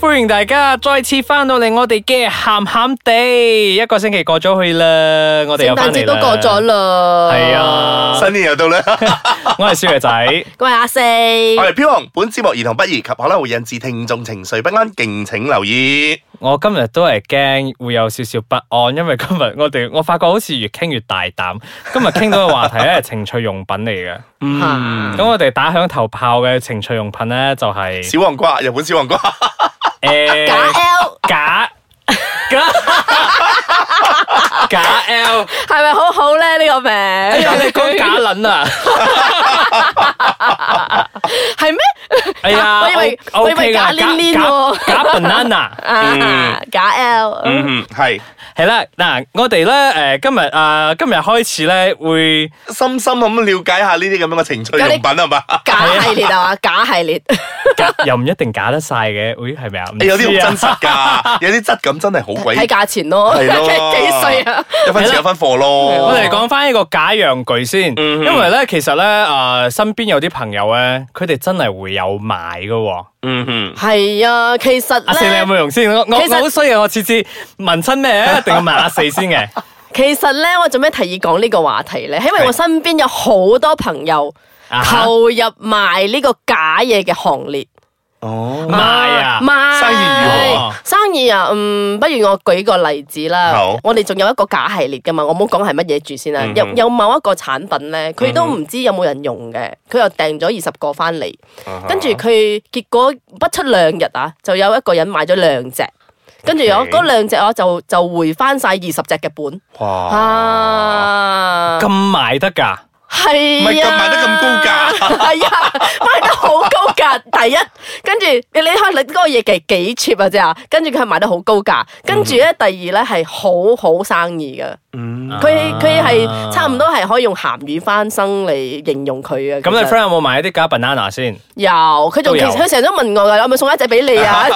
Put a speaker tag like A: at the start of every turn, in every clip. A: 歡迎大家再次翻到嚟我哋嘅鹹鹹地，一個星期過咗去啦，我哋
B: 聖
A: 又
B: 誕
A: 翻
B: 節
A: 嚟
B: 都過咗
A: 啦，
B: 啦，
A: 係，啊，
C: 新年 又到啦，
A: 我係少爺仔。
B: 我係阿四，
C: 我
A: 嗯
C: 係飄紅。本節目兒童不宜及可能會引致聽眾情緒不安，敬請留意。
A: 我今日都係驚會有少少不安，因為今日我哋我發覺好似越傾越大膽。今日傾到嘅話題咧係情趣用品嚟嘅，
B: 嗯
A: 咁我哋打響頭炮嘅情趣用品咧就係、
C: 小黃瓜，日本小黃瓜，
A: 誒
B: 假 L
A: 假 假假 L，
B: 係咪好好咧？呢個名
A: 你講假撚啊！
B: 係咩？
A: 哎呀，
B: 我以為
A: O-
B: 我以為
A: OK 㗎
B: 假黏黏 喎
A: 假假 banana
B: 啊，假 L，嗯
C: 嗯，係
A: 係啦，嗱，我哋咧誒今日啊、今日開始咧會
C: 深深咁了解下呢啲咁樣嘅情趣用品 係嘛？
B: 假系列啊嘛， 假系列，
A: 假又唔一定假得晒嘅，會係咪啊？唔知啊
C: 哎有啲好真 實㗎，有啲質感真係好鬼
B: 睇價錢咯，
C: 係 咯
B: 幾歲啊？
C: 一分錢一分貨
A: 我
C: 咯。
A: 哋講翻呢個假陽具先，因
C: 嗯
A: 為咧其實咧啊、身邊有啲朋友咧，佢哋真係會有買嘅喎。
C: 嗯哼，
B: 係啊，其
A: 阿四你有冇
B: 實咧，
A: 用先？我我
B: 其實
A: 我好衰啊！我次次問親咩，一定要問阿四先嘅。
B: 其實咧，我做咩提議講呢個話題咧？因為我
A: 係
B: 身邊有好多朋友
A: 啊哈
B: 投入賣呢個假嘢嘅行列。
C: 哦，
A: 賣
B: ờ,
A: 啊，
B: 賣
C: 生意如
A: 何
B: 生意啊，嗯，不如我舉個例子啦
C: 好。
B: 我哋仲有一個假系列噶嘛，我冇講係乜嘢住先啦
C: 嗯。哼嗯
B: 有有某一個產品咧，佢都唔知有冇人用嘅，佢又訂咗二十個翻嚟，
C: 啊
B: 跟住佢結果不出兩日啊，就有一個人買咗兩隻。跟住有
C: OK
B: 嗰兩隻我就就回翻晒二十隻嘅本
C: 哇，
B: 啊，
A: 咁賣得㗎？
B: 係啊
C: 唔係咁賣得咁高價
B: 係啊，賣得好高價。第一，跟住你你睇你嗰個嘢嘅幾 cheap 啊，啫啊，跟住佢係賣得好高價，跟住咧第二咧係好好生意嘅，
C: 嗯，
B: 佢佢係
A: 啊
B: 差唔多係可以用鹹魚翻身嚟形容佢嘅。
A: 咁
B: 其實
A: 你 friend 有冇買啲假 banana 先？
B: 有佢仲
A: 都
B: 其
A: 有
B: 實佢成日都問我㗎，有咪送一隻俾你 啊？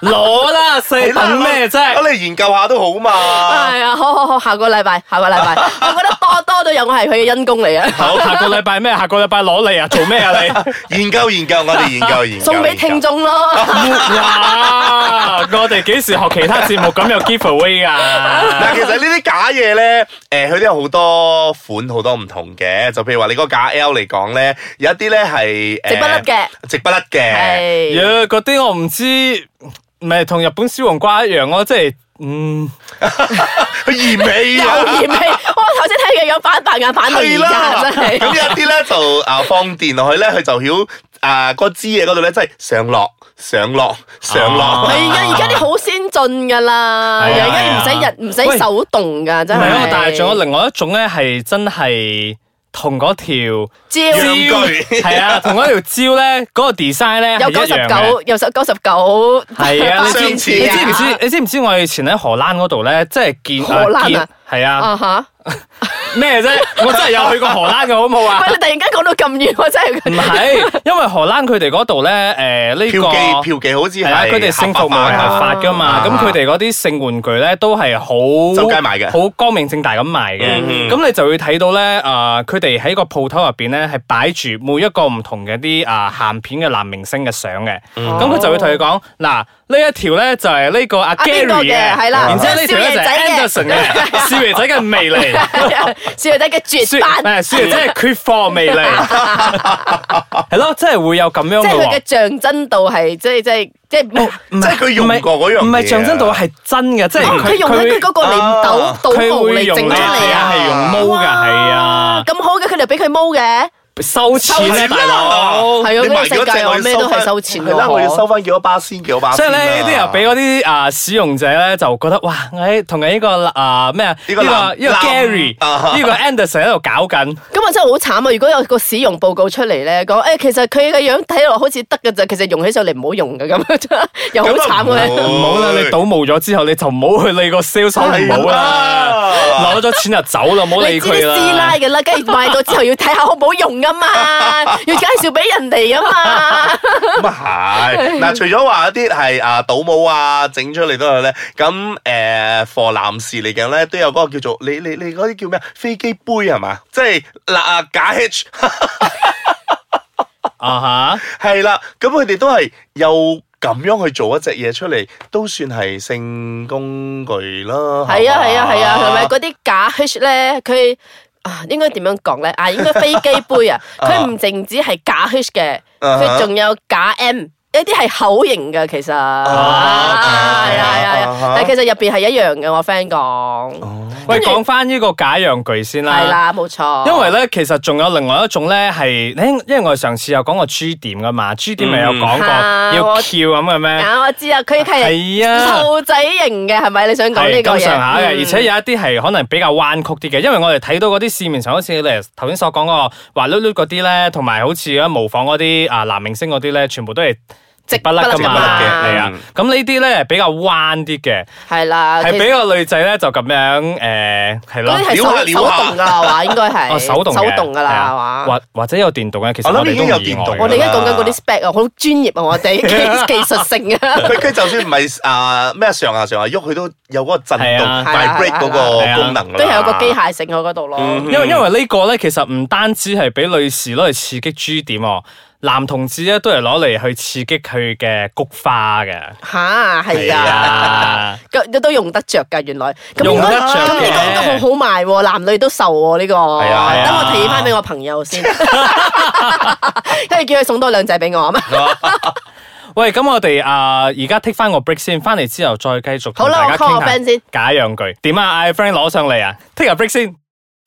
A: 攞啦，四
C: 係啦
A: 等咩
C: 我
A: 啫？
C: 哋研究下都好嘛。
B: 係啊，好好好，下個禮拜，下個禮拜，我覺得多多都有我係佢嘅恩公嚟啊！
A: 好，下個禮拜咩？下個禮拜攞嚟啊？做咩啊你？
C: 研究研究，我哋研究研究。
B: 送俾
C: 研究
B: 聽眾咯，
A: 哇！我哋幾時學其他節目咁有 giveaway
C: 嗱，
A: 噶？
C: 其實呢啲假嘢咧，誒、佢都有好多款，好多唔同嘅。就譬如話你嗰個假 L 嚟講咧，有一啲咧係
B: 直不甩，嘅，
C: 誒直不甩嘅。
B: 係。
A: 呀，嗰啲我唔知，咪同日本小黃瓜一樣咯，即係嗯，
C: 佢異味
B: 有
C: 啊！
B: 嫌棄， 我頭先睇佢有反白眼反到而
C: 係
B: 家，真
C: 咁
B: 係。
C: 有一啲咧就啊放電落去咧，佢就曉啊個支嘢嗰度咧，真係上落上落上落。
A: 啊
B: 係啊，而家啲好先進噶啦，而
A: 係啊
B: 家唔使人唔使手動噶，
A: 係
B: 真
A: 咯
B: 係。。
A: 但係仲有另外一種咧，係真係同嗰條
B: 蕉
C: 羊具
A: 係 啊，同嗰條蕉咧，嗰個 design 咧
B: 有
A: 係
B: 九
A: 一樣
B: 十
A: 嘅
B: 九，有十九十九，
A: 係啊，你知
C: 相
A: 唔
C: 似
A: 知？你知唔知？你知唔知我以前喺荷蘭嗰度咧，即係見
B: 荷蘭啊？
A: 見係啊，
B: 啊吓！
A: 咩 啫？我真係有去過荷蘭嘅，好唔好啊
B: 喂，？你突然間講到咁遠，我真
A: 唔
B: 係
A: 係，因為荷蘭佢哋嗰度咧，誒呢
C: 票記
A: 個
C: 票記好似
A: 係啊，
C: 係
A: 佢哋性服務係合法噶嘛，
C: 啊
A: 咁佢哋嗰啲性玩具咧都係好
C: 周街賣嘅
A: 好光明正大咁賣嘅。
C: 嗯
A: 咁你就會睇到咧，誒佢哋喺個鋪頭入邊咧係擺住每一個唔同嘅啲啊鹹片嘅男明星嘅相嘅。
C: 嗯
A: 咁佢就會同你講，嗱呢一條咧就係呢個阿
B: 阿啊邊個
A: Gary
B: 嘅係啦
A: 然之後呢條咧就係
B: 少
A: Anderson
B: 爺仔
A: 嘅，少爺仔嘅魅力。
B: 少爺仔嘅
A: 雪
B: 絕版，
A: 誒，雪真係缺貨魅力，係咯，真 係會有咁樣
B: 即係
A: 嘅
B: 佢
A: 喎
B: 嘅。象真度係即係即係即 係冇。
A: 唔
C: 即係佢用過嗰樣嘢
A: 唔係象真度係真嘅，即係
B: 哦佢用咗佢嗰個嚟
C: 啊
B: 倒倒毛
A: 會
B: 嚟
A: 用
B: 整出嚟啊！
A: 係用毛㗎，係啊，
B: 咁好嘅，佢哋俾佢毛嘅。
A: 收錢咧，
C: 收錢啦啊
A: 大佬。
B: 係啊，
C: 你
B: 呢個
C: 賣
B: 世
C: 嗰
B: 界
C: 隻我
B: 我
C: 要
B: 咩都係
C: 返
B: 收錢
C: 係啦，我要
B: 嘅。
C: 收翻幾多巴仙，幾多巴
A: 所
C: 仙
A: 以
C: 啊。
A: 咧，呢啲又俾嗰啲啊使用者咧就覺得哇，喺同緊呢個啊咩啊呢
C: 呢
A: 個
C: 個
A: 呢個
C: 男
A: Gary
C: 啊
A: 呢個 Anderson 喺度搞緊，
B: 咁啊真係好慘啊！如果有個使用報告出嚟咧，講誒、欸其實佢嘅樣睇落好似得嘅咋，其實用起上嚟唔好用嘅咁，又好慘
C: 咁
B: 嘅。
C: 啊
A: 唔好啦，你倒模咗之後你就唔好去你個 sales 口唔啊好啦，
C: 係啦啊
A: 攞咗錢就走啦，唔好理
B: 你知啲
A: 佢啦。
B: 師奶嘅啦，跟住買到之後要睇下好唔好用啊噶 嘛，要介紹俾人哋噶嘛。
C: 咁啊係嗱，除咗話一啲係啊倒模啊整出嚟都有咧，咁誒 for 男士嚟講咧，都有嗰個叫做你你你嗰啲叫咩啊？飛機杯係嘛？即係嗱啊假 hitch
A: 啊
C: 係啦，咁佢哋都係又咁樣去做一隻嘢出嚟，都算係性工具啦。
B: 係啊
C: 嘛
B: 係啊係
C: 哦
B: 啊，係咪嗰啲假 h 咧？佢啊應該點樣講咧？啊應該飛機杯啊，佢唔淨止係假 h 嘅，
C: 啊哈
B: 佢仲有假 M。一啲係口型嘅，其實啊係啊係啊係
C: 啊
B: 啊
C: 哈，
B: 但係其實入邊係一樣嘅。我 friend 講
A: 吓，喂，
B: 跟住
A: 講翻呢個假陽具先
B: 係啦，冇
C: 哦
B: 錯。
A: 因 為咧，其實仲有另外一種咧，係因因為我哋上次有講過 G 點噶嘛，G 點咪有講過
B: 嗯
A: 要
B: 我
A: 翹咁嘅咩？
B: 啊，我知啊，佢係
A: 係啊。
B: 兔仔型嘅，係咪？你想講呢
A: 係
B: 個
A: 咁
B: 嘢？
A: 上下嘅，
B: 嗯
A: 而且有一啲係可能比較彎曲啲嘅，因為我哋睇到嗰啲市面上好似你頭先所講嗰個滑溜溜嗰啲咧，同埋好似而家模仿嗰啲啊男明星嗰啲咧，全部都係直不甩噶
B: 直不甩
A: 嘛，
B: 嘅
A: 係啊
C: 嗯。
A: 咁呢啲咧比較彎啲嘅，
B: 係
A: 係
B: 啦，啊其實
A: 俾個女仔咧就咁樣誒係
B: 嗰
A: 啦
B: 啲。係
C: 撩
B: 手
C: 下撩
B: 手
C: 下
B: 動噶啦，係嘛？應該係
A: 哦，手動嘅
B: 手動噶
A: 係
B: 啦，
A: 啊
B: 係嘛？
A: 或或者有電動嘅，其實
C: 我諗
A: 我哋
C: 已
A: 都
C: 經有
A: 唔意外
C: 電動
A: 嘅
B: 我哋而家講緊嗰啲 spec 啊，好專業啊！我哋技技術性啊，
C: 佢佢就算唔係啊咩上下上下喐，佢都有嗰個震
A: 係
C: 動
A: 啊
C: vibrate 嗰個功能㗎啦
B: 都係有個機械性喺嗰度咯。
C: 嗯
A: 因為因為呢個咧，其實唔單止係俾女士攞嚟刺激 G 點哦，男同志咧都係攞嚟去刺激佢嘅菊花嘅。
B: 吓，係啊，
A: 啊，
B: 咁都用得着㗎，原來。咁
A: 用
B: 應該
A: 得着
B: 咁你講得好
A: 嘅。
B: 好賣喎，男女都受喎呢個。係
C: 啊係啊
B: 等我提翻俾我朋友先， 跟住叫佢送多兩隻俾我啊嘛。
A: 喂，咁我哋啊，而家 take 翻個 break 先，翻嚟之後再繼續
B: 好
A: 同
B: 啦，
A: 大
B: 我
A: 家
B: call 我
A: 傾
B: friend
A: 下
B: 先。
A: 假陽具。點啊，嗌 friend 攞上嚟啊，take 個 break 先。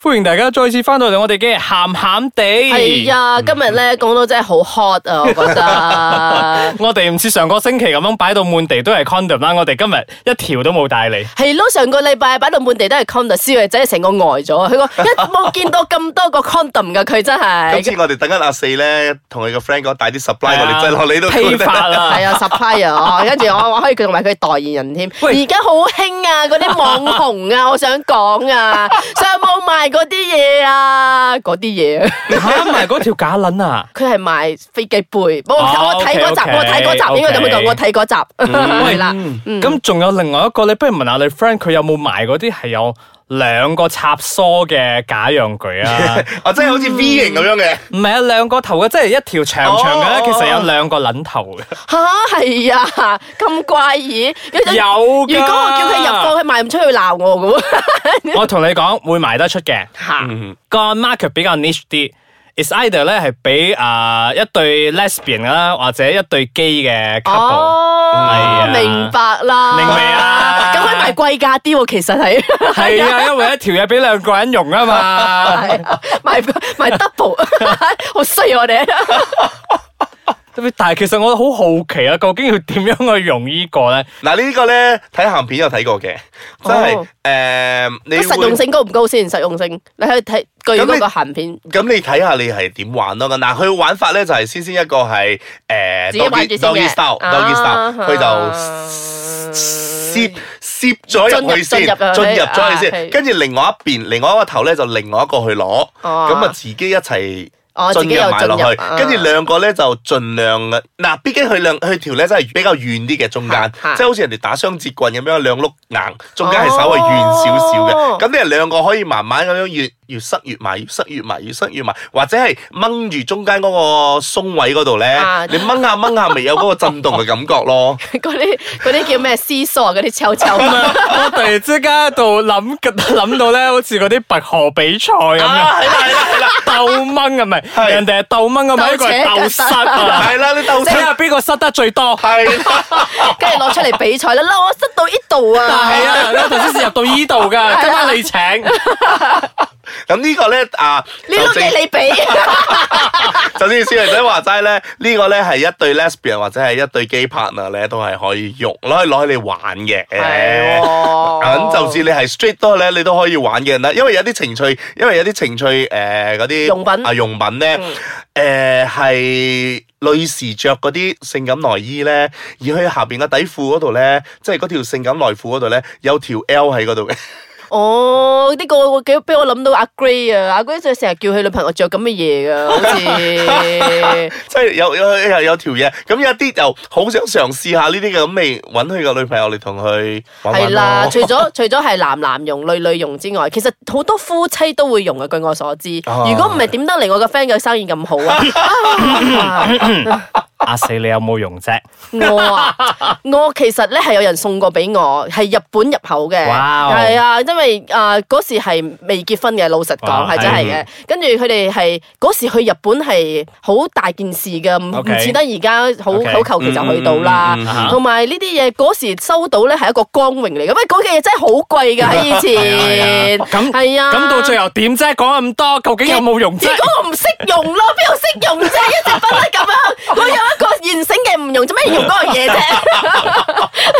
A: 歡迎大家再次翻到嚟我哋嘅鹹鹹地。
B: 係啊，今日咧講到真係好 hot 啊，我覺得。
A: 我哋唔似上個星期咁樣擺到滿地都係 condom 啦，我哋今日一條都冇帶嚟。
B: 係咯，上個禮拜擺到滿地都係 condom，燒嘅仔成個呆咗啊！佢個一冇見到咁多個 condom 噶，佢真
C: 今
B: 係
C: 次我哋等緊阿四咧，同佢個 friend 講帶啲
A: 係
C: supply 過
A: 啊
C: 嚟，真係落你度
A: 批發 啦
B: 係。啊 supply 啊，跟住 我我可以佢同埋佢代言人添，
A: 喂
B: 而家好興啊嗰啲網 紅啊，我想講啊，上網賣嗰啲嘢啊，嗰啲嘢啊，
A: 吓，唔係嗰條假撚啊！
B: 佢係賣飛機杯，我
A: 哦
B: 我睇嗰集，
A: OK，OK，
B: 我睇嗰集應該咁樣
A: OK 嗯
B: 講，我睇嗰集係啦，
A: 咁仲有另外一個，你不如問下你 friend 佢有冇賣嗰啲係有兩個插梳嘅假陽具啊？
C: 啊，真係好似 V 型咁樣嘅。
A: 唔係啊，兩個頭嘅，即係一條長長嘅
C: 哦
A: 咧，
C: 哦
A: 其實有兩個撚頭嘅。
B: 吓係啊，咁怪異，
A: 有㗎
B: 如果我叫佢入貨，佢賣唔出去鬧我噶喎。
A: 我同你講，會賣得出嘅。
B: 吓，
A: 個 market 比較 niche 啲。Is either 咧係俾啊一對 lesbian 啦，或者一對 gay 嘅 couple，
B: 哦
A: 係啊，
B: 明白啦，
A: 明未啊
B: 咁佢賣貴價啲喎，其實係
A: 係啊，因為一條嘢俾兩個人用啊 嘛。
B: 係啊賣賣 double，好 衰啊我哋。
A: 但係其實我好好奇啊，究竟要點樣去用呢個咧？
C: 嗱呢個咧睇鹹片有睇過嘅，真係
B: 哦
C: 誒你
B: 個實用
C: 會
B: 性高唔高先？實用性，你去睇據
C: 咁
B: 嗰
C: 你
B: 個鹹片，
C: 咁你睇下你係點玩咯。嗱佢玩法咧就係先先一個係誒
B: 自己玩住先嘅
C: doggy style，doggy
B: 啊
C: style，佢就攝攝咗入去先，
B: 進
C: 進
B: 入
C: 入
B: 進入
C: 咗去
B: 啊
C: 先，
B: 係
C: 跟住另外一邊另外一個頭咧就另外一個去攞，
B: 哦
C: 咁啊自己一齊。
B: 哦自
C: 進
B: 己
C: 入
B: 又
C: 埋
B: 進
C: 落去，
B: 入
C: 跟住
B: 啊
C: 兩個咧就盡量嘅。嗱，畢竟佢兩佢條咧真係比較軟啲嘅中間，
B: 嚇
C: 即係好似人哋打雙節棍咁樣兩碌硬，中間係稍微軟少少
B: 哦
C: 嘅。咁你係兩個可以慢慢咁樣越越塞越埋，越塞越埋，越塞越埋，或者係掹住中間嗰個鬆位嗰度咧
B: 啊，
C: 你掹下掹下，咪有嗰個震動嘅感覺 咯。
B: 嗰啲嗰啲叫咩絲梳嗰啲抽 抽。
A: 我突然之間喺度諗諗到咧，好似嗰啲拔河比賽咁樣
C: 啊，係啦係啦係啦，
A: 鬥掹啊，咪
C: 係
A: 人哋係鬥掹啊，咪
B: 鬥
A: 呢個係
B: 扯
A: 鬥塞啊，
C: 係啦，你鬥
A: 睇
C: 聲
A: 下邊個塞得最多。
C: 係啦。
B: 跟住攞出嚟比賽啦，嗱我塞到呢度啊，
A: 係啊，我頭先是入到依度噶，今晚你請。
C: 咁呢個咧啊，
B: 呢碌
C: 就正
B: 嘢你 俾，
C: 首先小女仔話齋咧，呢個咧係一對 lesbian 或者係一對 gay partner 咧，都係可以用，攞去攞去你玩嘅。
B: 係喎
C: 咁就算你係 straight 都好咧，你都可以玩嘅啦。因為有啲情趣，因為有啲情趣誒嗰啲
B: 用品嗯
C: 啊用品咧，誒係、女士着嗰啲性感內衣咧，而佢下邊嘅底褲嗰度咧，即係嗰條性感內褲嗰度咧，有條 L 喺嗰度嘅。
B: 哦，呢個幾俾我諗到阿 Grey 啊，阿 Grey 就成日叫佢女朋友着咁嘅嘢噶，好似
C: 即係有有有有條嘢，咁有啲又好想嘗試下呢啲嘅，咁未揾佢個女朋友嚟同佢玩玩
B: 係啦。
C: 咯
B: 除咗 除咗係男男用、女女用之外，其實好多夫妻都會用嘅。據我所知，
C: 啊
B: 如果唔係點得嚟我個 friend 嘅生意咁好啊？
A: 阿四你有冇用啫？
B: 我啊，我其實咧係有人送過俾我，係日本入口嘅，
A: 哇哦
B: 係啊，因為啊嗰時係未結婚嘅，老實講
A: 哇
B: 係真係嘅。跟住佢哋係嗰時去日本係好大件事嘅，唔唔
A: OK
B: 似得而家好
A: OK
B: 好求其就去到啦
C: 嗯嗯嗯
A: 嗯嗯。
B: 同埋呢啲嘢嗰時收到咧係一個光榮嚟嘅，喂嗰件嘢真係好貴㗎喺以前，
A: 啊咁
B: 係啊，
A: 咁到最後點啫？講咁多，究竟有冇用啫
B: 結？果我唔識用咯，邊度識用啫？一直不得咁樣，我有一個現成嘅唔用，做咩要用嗰樣嘢啫？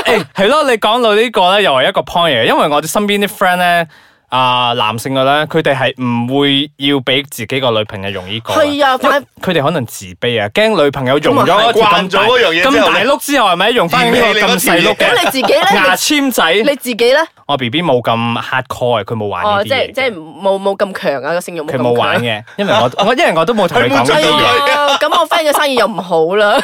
A: 誒係咯，你講到呢個咧，又係一個 point 嚟嘅，因為我哋身邊啲 friend 咧。啊、男性嘅咧，佢哋係唔會要俾自己個女朋友用呢、個，
B: 係
A: 因為
B: 啊反
A: 佢哋可能自卑啊，驚女朋友用咗
C: 咁啊係
A: 嗰條咁
C: 慣咗嗰樣嘢
A: 大
C: 之後
A: 咁大
C: 你
A: 碌之後，係咪用翻呢個咁細碌
B: 咁
A: 嘅
B: 你自己 咧，
A: 牙
B: 你
A: 籤仔？
B: 你自己咧，
A: 我 B B 冇咁 hard core，佢冇玩
B: 哦，
A: 呢
B: 即
A: 啲嘢
B: 係
A: 嘅
B: 即係冇冇咁強啊個性欲冇咁
A: 佢
B: 強
A: 冇玩。嘅，因為 我我因為我都冇同佢講
C: 佢冇
A: 呢
C: 追
A: 啲
C: 到
A: 嘢，嗯
B: 哎呀咁我 friend 嘅生意又唔好 啦，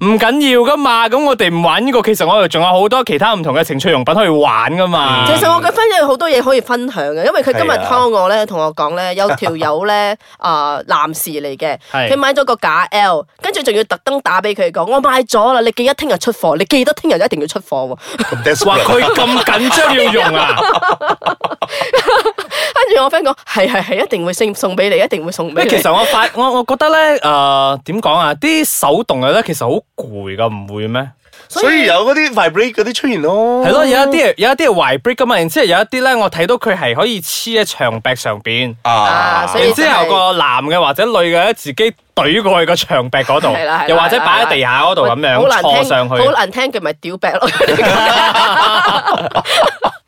A: 唔緊要噶嘛。咁我哋唔玩呢個，其實我哋仲有好多其他唔同嘅情趣用品可以玩噶嘛
B: 其。實我嘅 friend 有好多嘢可以分享嘅，因為佢今日
C: 係啊
B: call 我咧，同我講咧，有條友咧，啊男士嚟嘅，
A: 係
B: 佢買咗個假 L，跟住仲要特登打俾佢講，我買咗啦，你記得聽日出貨，你記得聽日一定要出貨喎。
C: 咁
A: 哇！
C: desperate
A: 佢咁緊張要用啊，
B: 跟住我 friend 講係係係，一定會送送俾你，一定會送
A: 咩？
B: 俾你。
A: 其實我發 我我覺得咧，誒點講啊？啲手動嘅咧，其實好攰噶，唔會咩？
C: 所以有嗰啲 vibrate 嗰啲出現咯。
B: 哦
A: 係咯，有一啲係有一啲係壞 break 噶嘛，然之後有一啲咧，我睇到佢係可以黐喺牆壁上邊，
B: 啊所以
A: 然之後
B: 真係
A: 個男嘅或者女嘅咧自己懟過去個牆壁嗰度
B: 係啦係啦，
A: 又或者擺喺地下嗰度咁
B: 好
A: 樣
B: 難聽
A: 坐上去。
B: 好難聽佢咪屌病 咯。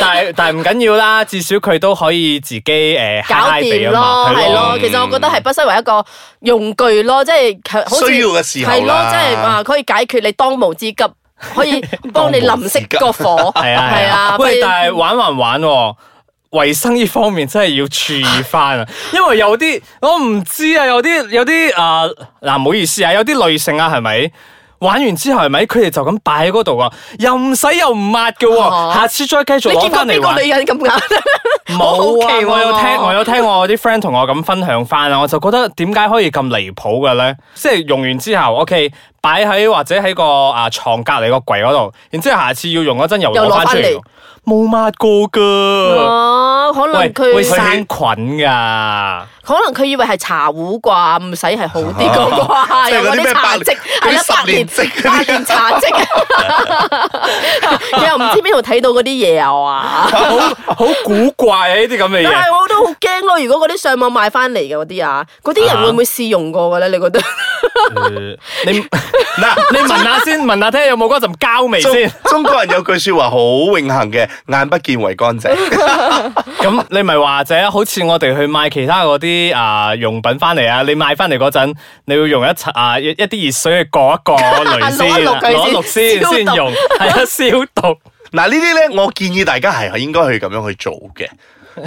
A: 但係但係唔緊要啦，至少佢都可以自己呃誒
B: 搞掂
A: 啊
B: 咯，係咯，其實我覺得係不失為一個用具咯，即係佢好似
C: 需要嘅時候啦
B: 係咯，即係啊，可以解決你當務之急，可以幫你淋熄個火，
A: 係啊
B: 係啊，
A: 喂，
B: 不如
A: 但係玩還玩喎。衞生呢方面真係要注意翻啊， 因為有啲我唔知啊，有啲有啲啊嗱，唔好意思啊，有啲女性啊，係咪玩完之後係咪佢哋就咁擺喺嗰度啊，又唔洗又唔抹嘅
B: 哦
A: 喎，下次再繼續
B: 你
A: 攞
B: 見過
A: 翻嚟
B: 邊
A: 玩
B: 個。女人咁㗎？好好
A: 冇啊！
B: 奇喎
A: 我有聽，我有聽我啲 friend 同我咁分享翻啊，我就覺得點解可以咁離譜嘅咧？即係用完之後，OK，擺喺或者喺個啊床隔離個櫃嗰度，然之後下次要用嗰陣又
B: 又
A: 攞
B: 攞
A: 翻出
B: 返
A: 嚟嗯
B: 嚟
A: 用，冇抹過噶。
B: 哦，可能
A: 喂，會生
B: 佢
A: 菌 㗎。
B: 可能佢以為係茶壺啩，唔使係好啲個啩，
C: 即係
B: 有
C: 嗰啲
B: 嗰
C: 咩
B: 啲茶
C: 百
B: 漬，係啦，百
C: 嗰啲十年
B: 年
C: 積嗰啲
B: 百年茶 漬，你又唔知邊度睇到嗰啲嘢啊？
A: 好好古怪啊！呢啲咁嘅
B: 但
A: 嘢，
B: 係我都好驚咯，如果嗰啲上網買翻嚟嘅嗰啲啊，嗰啲人會唔會試用過嘅咧？你 覺得？
A: 你 嗱，你聞下先，聞下睇下有冇嗰陣膠味
C: 中
A: 先。
C: 中國人有句說話好永恆嘅，眼不見為 乾淨。
A: 咁你咪話者，好似我哋去買其他嗰啲啊用品翻嚟啊，你買翻嚟嗰陣，你要用一層啊一一啲熱水去過一過濾先，啊
B: 攞一濾佢先
A: 攞一濾先
B: 消毒
A: 先用，係 啊消毒。
C: 嗱呢啲咧，我建議大家係應該去咁樣去做嘅，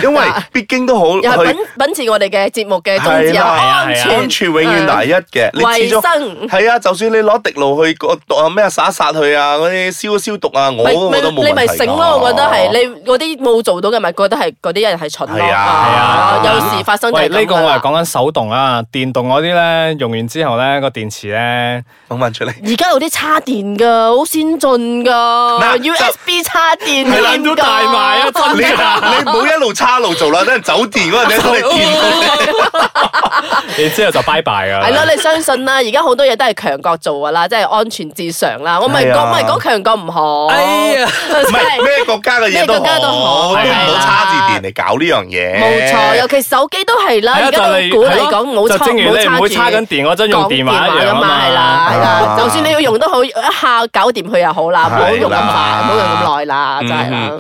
C: 因為畢竟都好
B: 又係
C: 去
B: 品品治我哋嘅節目嘅宗旨
C: 係
B: 啊，
C: 啦
A: 啊
C: 係
B: 安
A: 係啊
B: 全
C: 安全永遠第一嘅。你
B: 衞
C: 始終
B: 生
C: 係啊，就算你攞滴露去個毒啊咩殺一殺佢啊，嗰啲消一消毒啊，我
B: 咪
C: 我都冇問題㗎
B: 咪你咪醒咯，我覺得係你嗰啲冇做到嘅，咪覺得係嗰啲人係蠢咯。
C: 係啊係啊
B: 有時發生就
A: 喂，
B: 係咁
A: 呢個
B: 㗎
A: 我
B: 啦
A: 係講緊手動啊，電動嗰啲咧用完之後咧個電池咧，
C: 講翻出嚟。
B: 而家有啲叉電㗎，好先進㗎
C: 嗱就
B: ，USB 叉電添
A: 係啦都大賣啊真
C: 你
A: 係啊
C: 你唔好一路叉路做啦，等人走電嗰陣你都係見到你。
A: 然之後就拜拜㗎。
B: 係咯，你相信啦，而家好多嘢都係強國做㗎啦，即係安全至上啦。我咪
C: 係
B: 講，
C: 啊
B: 我咪講強國唔好。
A: 哎呀
C: 唔
B: 真 係
C: 係咩國家嘅嘢都
B: 咩國家都
C: 好，
B: 好
C: 都唔好
B: 係
C: 叉
B: 啦
C: 住電嚟搞呢樣嘢。
B: 冇錯，尤其手機都係啦，
A: 係啊
B: 而家都
A: 就你
B: 鼓
A: 係
B: 勵
A: 咯
B: 講冇
A: 就
B: 叉
A: 正如你唔
B: 冇
A: 會
B: 叉
A: 叉
B: 住
A: 緊電嗰陣用
B: 講
A: 電話
B: 話
A: 一樣
B: 㗎
A: 啊嘛
B: 係啦係
C: 啊
B: 啦，就算你要用都好，一下搞掂佢又好啦，唔好用咁
C: 係啦
A: 嗯
B: 快，唔好用咁耐啦，真係啦。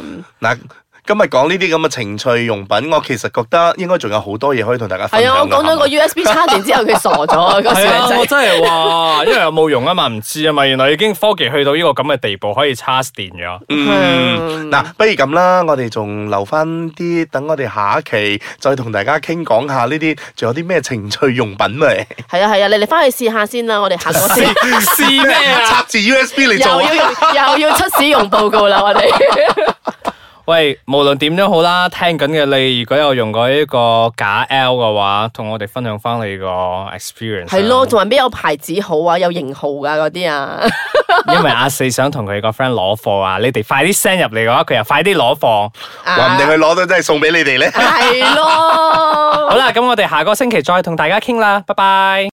C: 嗱，今日講呢啲咁嘅情趣用品，我其實覺得應該仲有好多嘢可以同大家分
B: 係
C: 享
B: 啊，
C: 㗎。
B: 我講咗個
C: 係嘛
B: USB 插電之後，佢傻咗啊！嗰
A: 係啊，
B: 時
A: 我
B: 真係
A: 真係哇， 因為有冇用啊嘛，唔知啊嘛，原來已經科技去到呢個咁嘅地步，可以 charge 電咗。
C: 嗯，嗱，不如咁啦，我哋仲留翻啲，等我哋下一期再同大家傾講下呢啲，仲有啲咩情趣用品嚟？
B: 係啊係啊，你哋翻去試下先啦，我哋下個 先。
A: 試咩啊？
C: 插住 USB 嚟
B: 又
C: 做
B: 要
C: 啊？
B: 用又要出使用報告啦，我哋
A: 喂，無論點都好啦，聽緊嘅你，如果有用過呢個假 L 嘅話，同我哋分享翻你個 experience。啊
B: 係咯，，同埋邊有牌子好啊，有型號噶嗰啲啊，
A: 因為阿四想同佢個 friend 攞貨啊，你哋快啲 send 入嚟嘅話，佢又快啲攞貨。
C: 話唔定佢啊攞到真係送俾你哋咧。
B: 啊係咯
A: 好。啦，咁我哋下個星期再同大家傾啦，拜拜。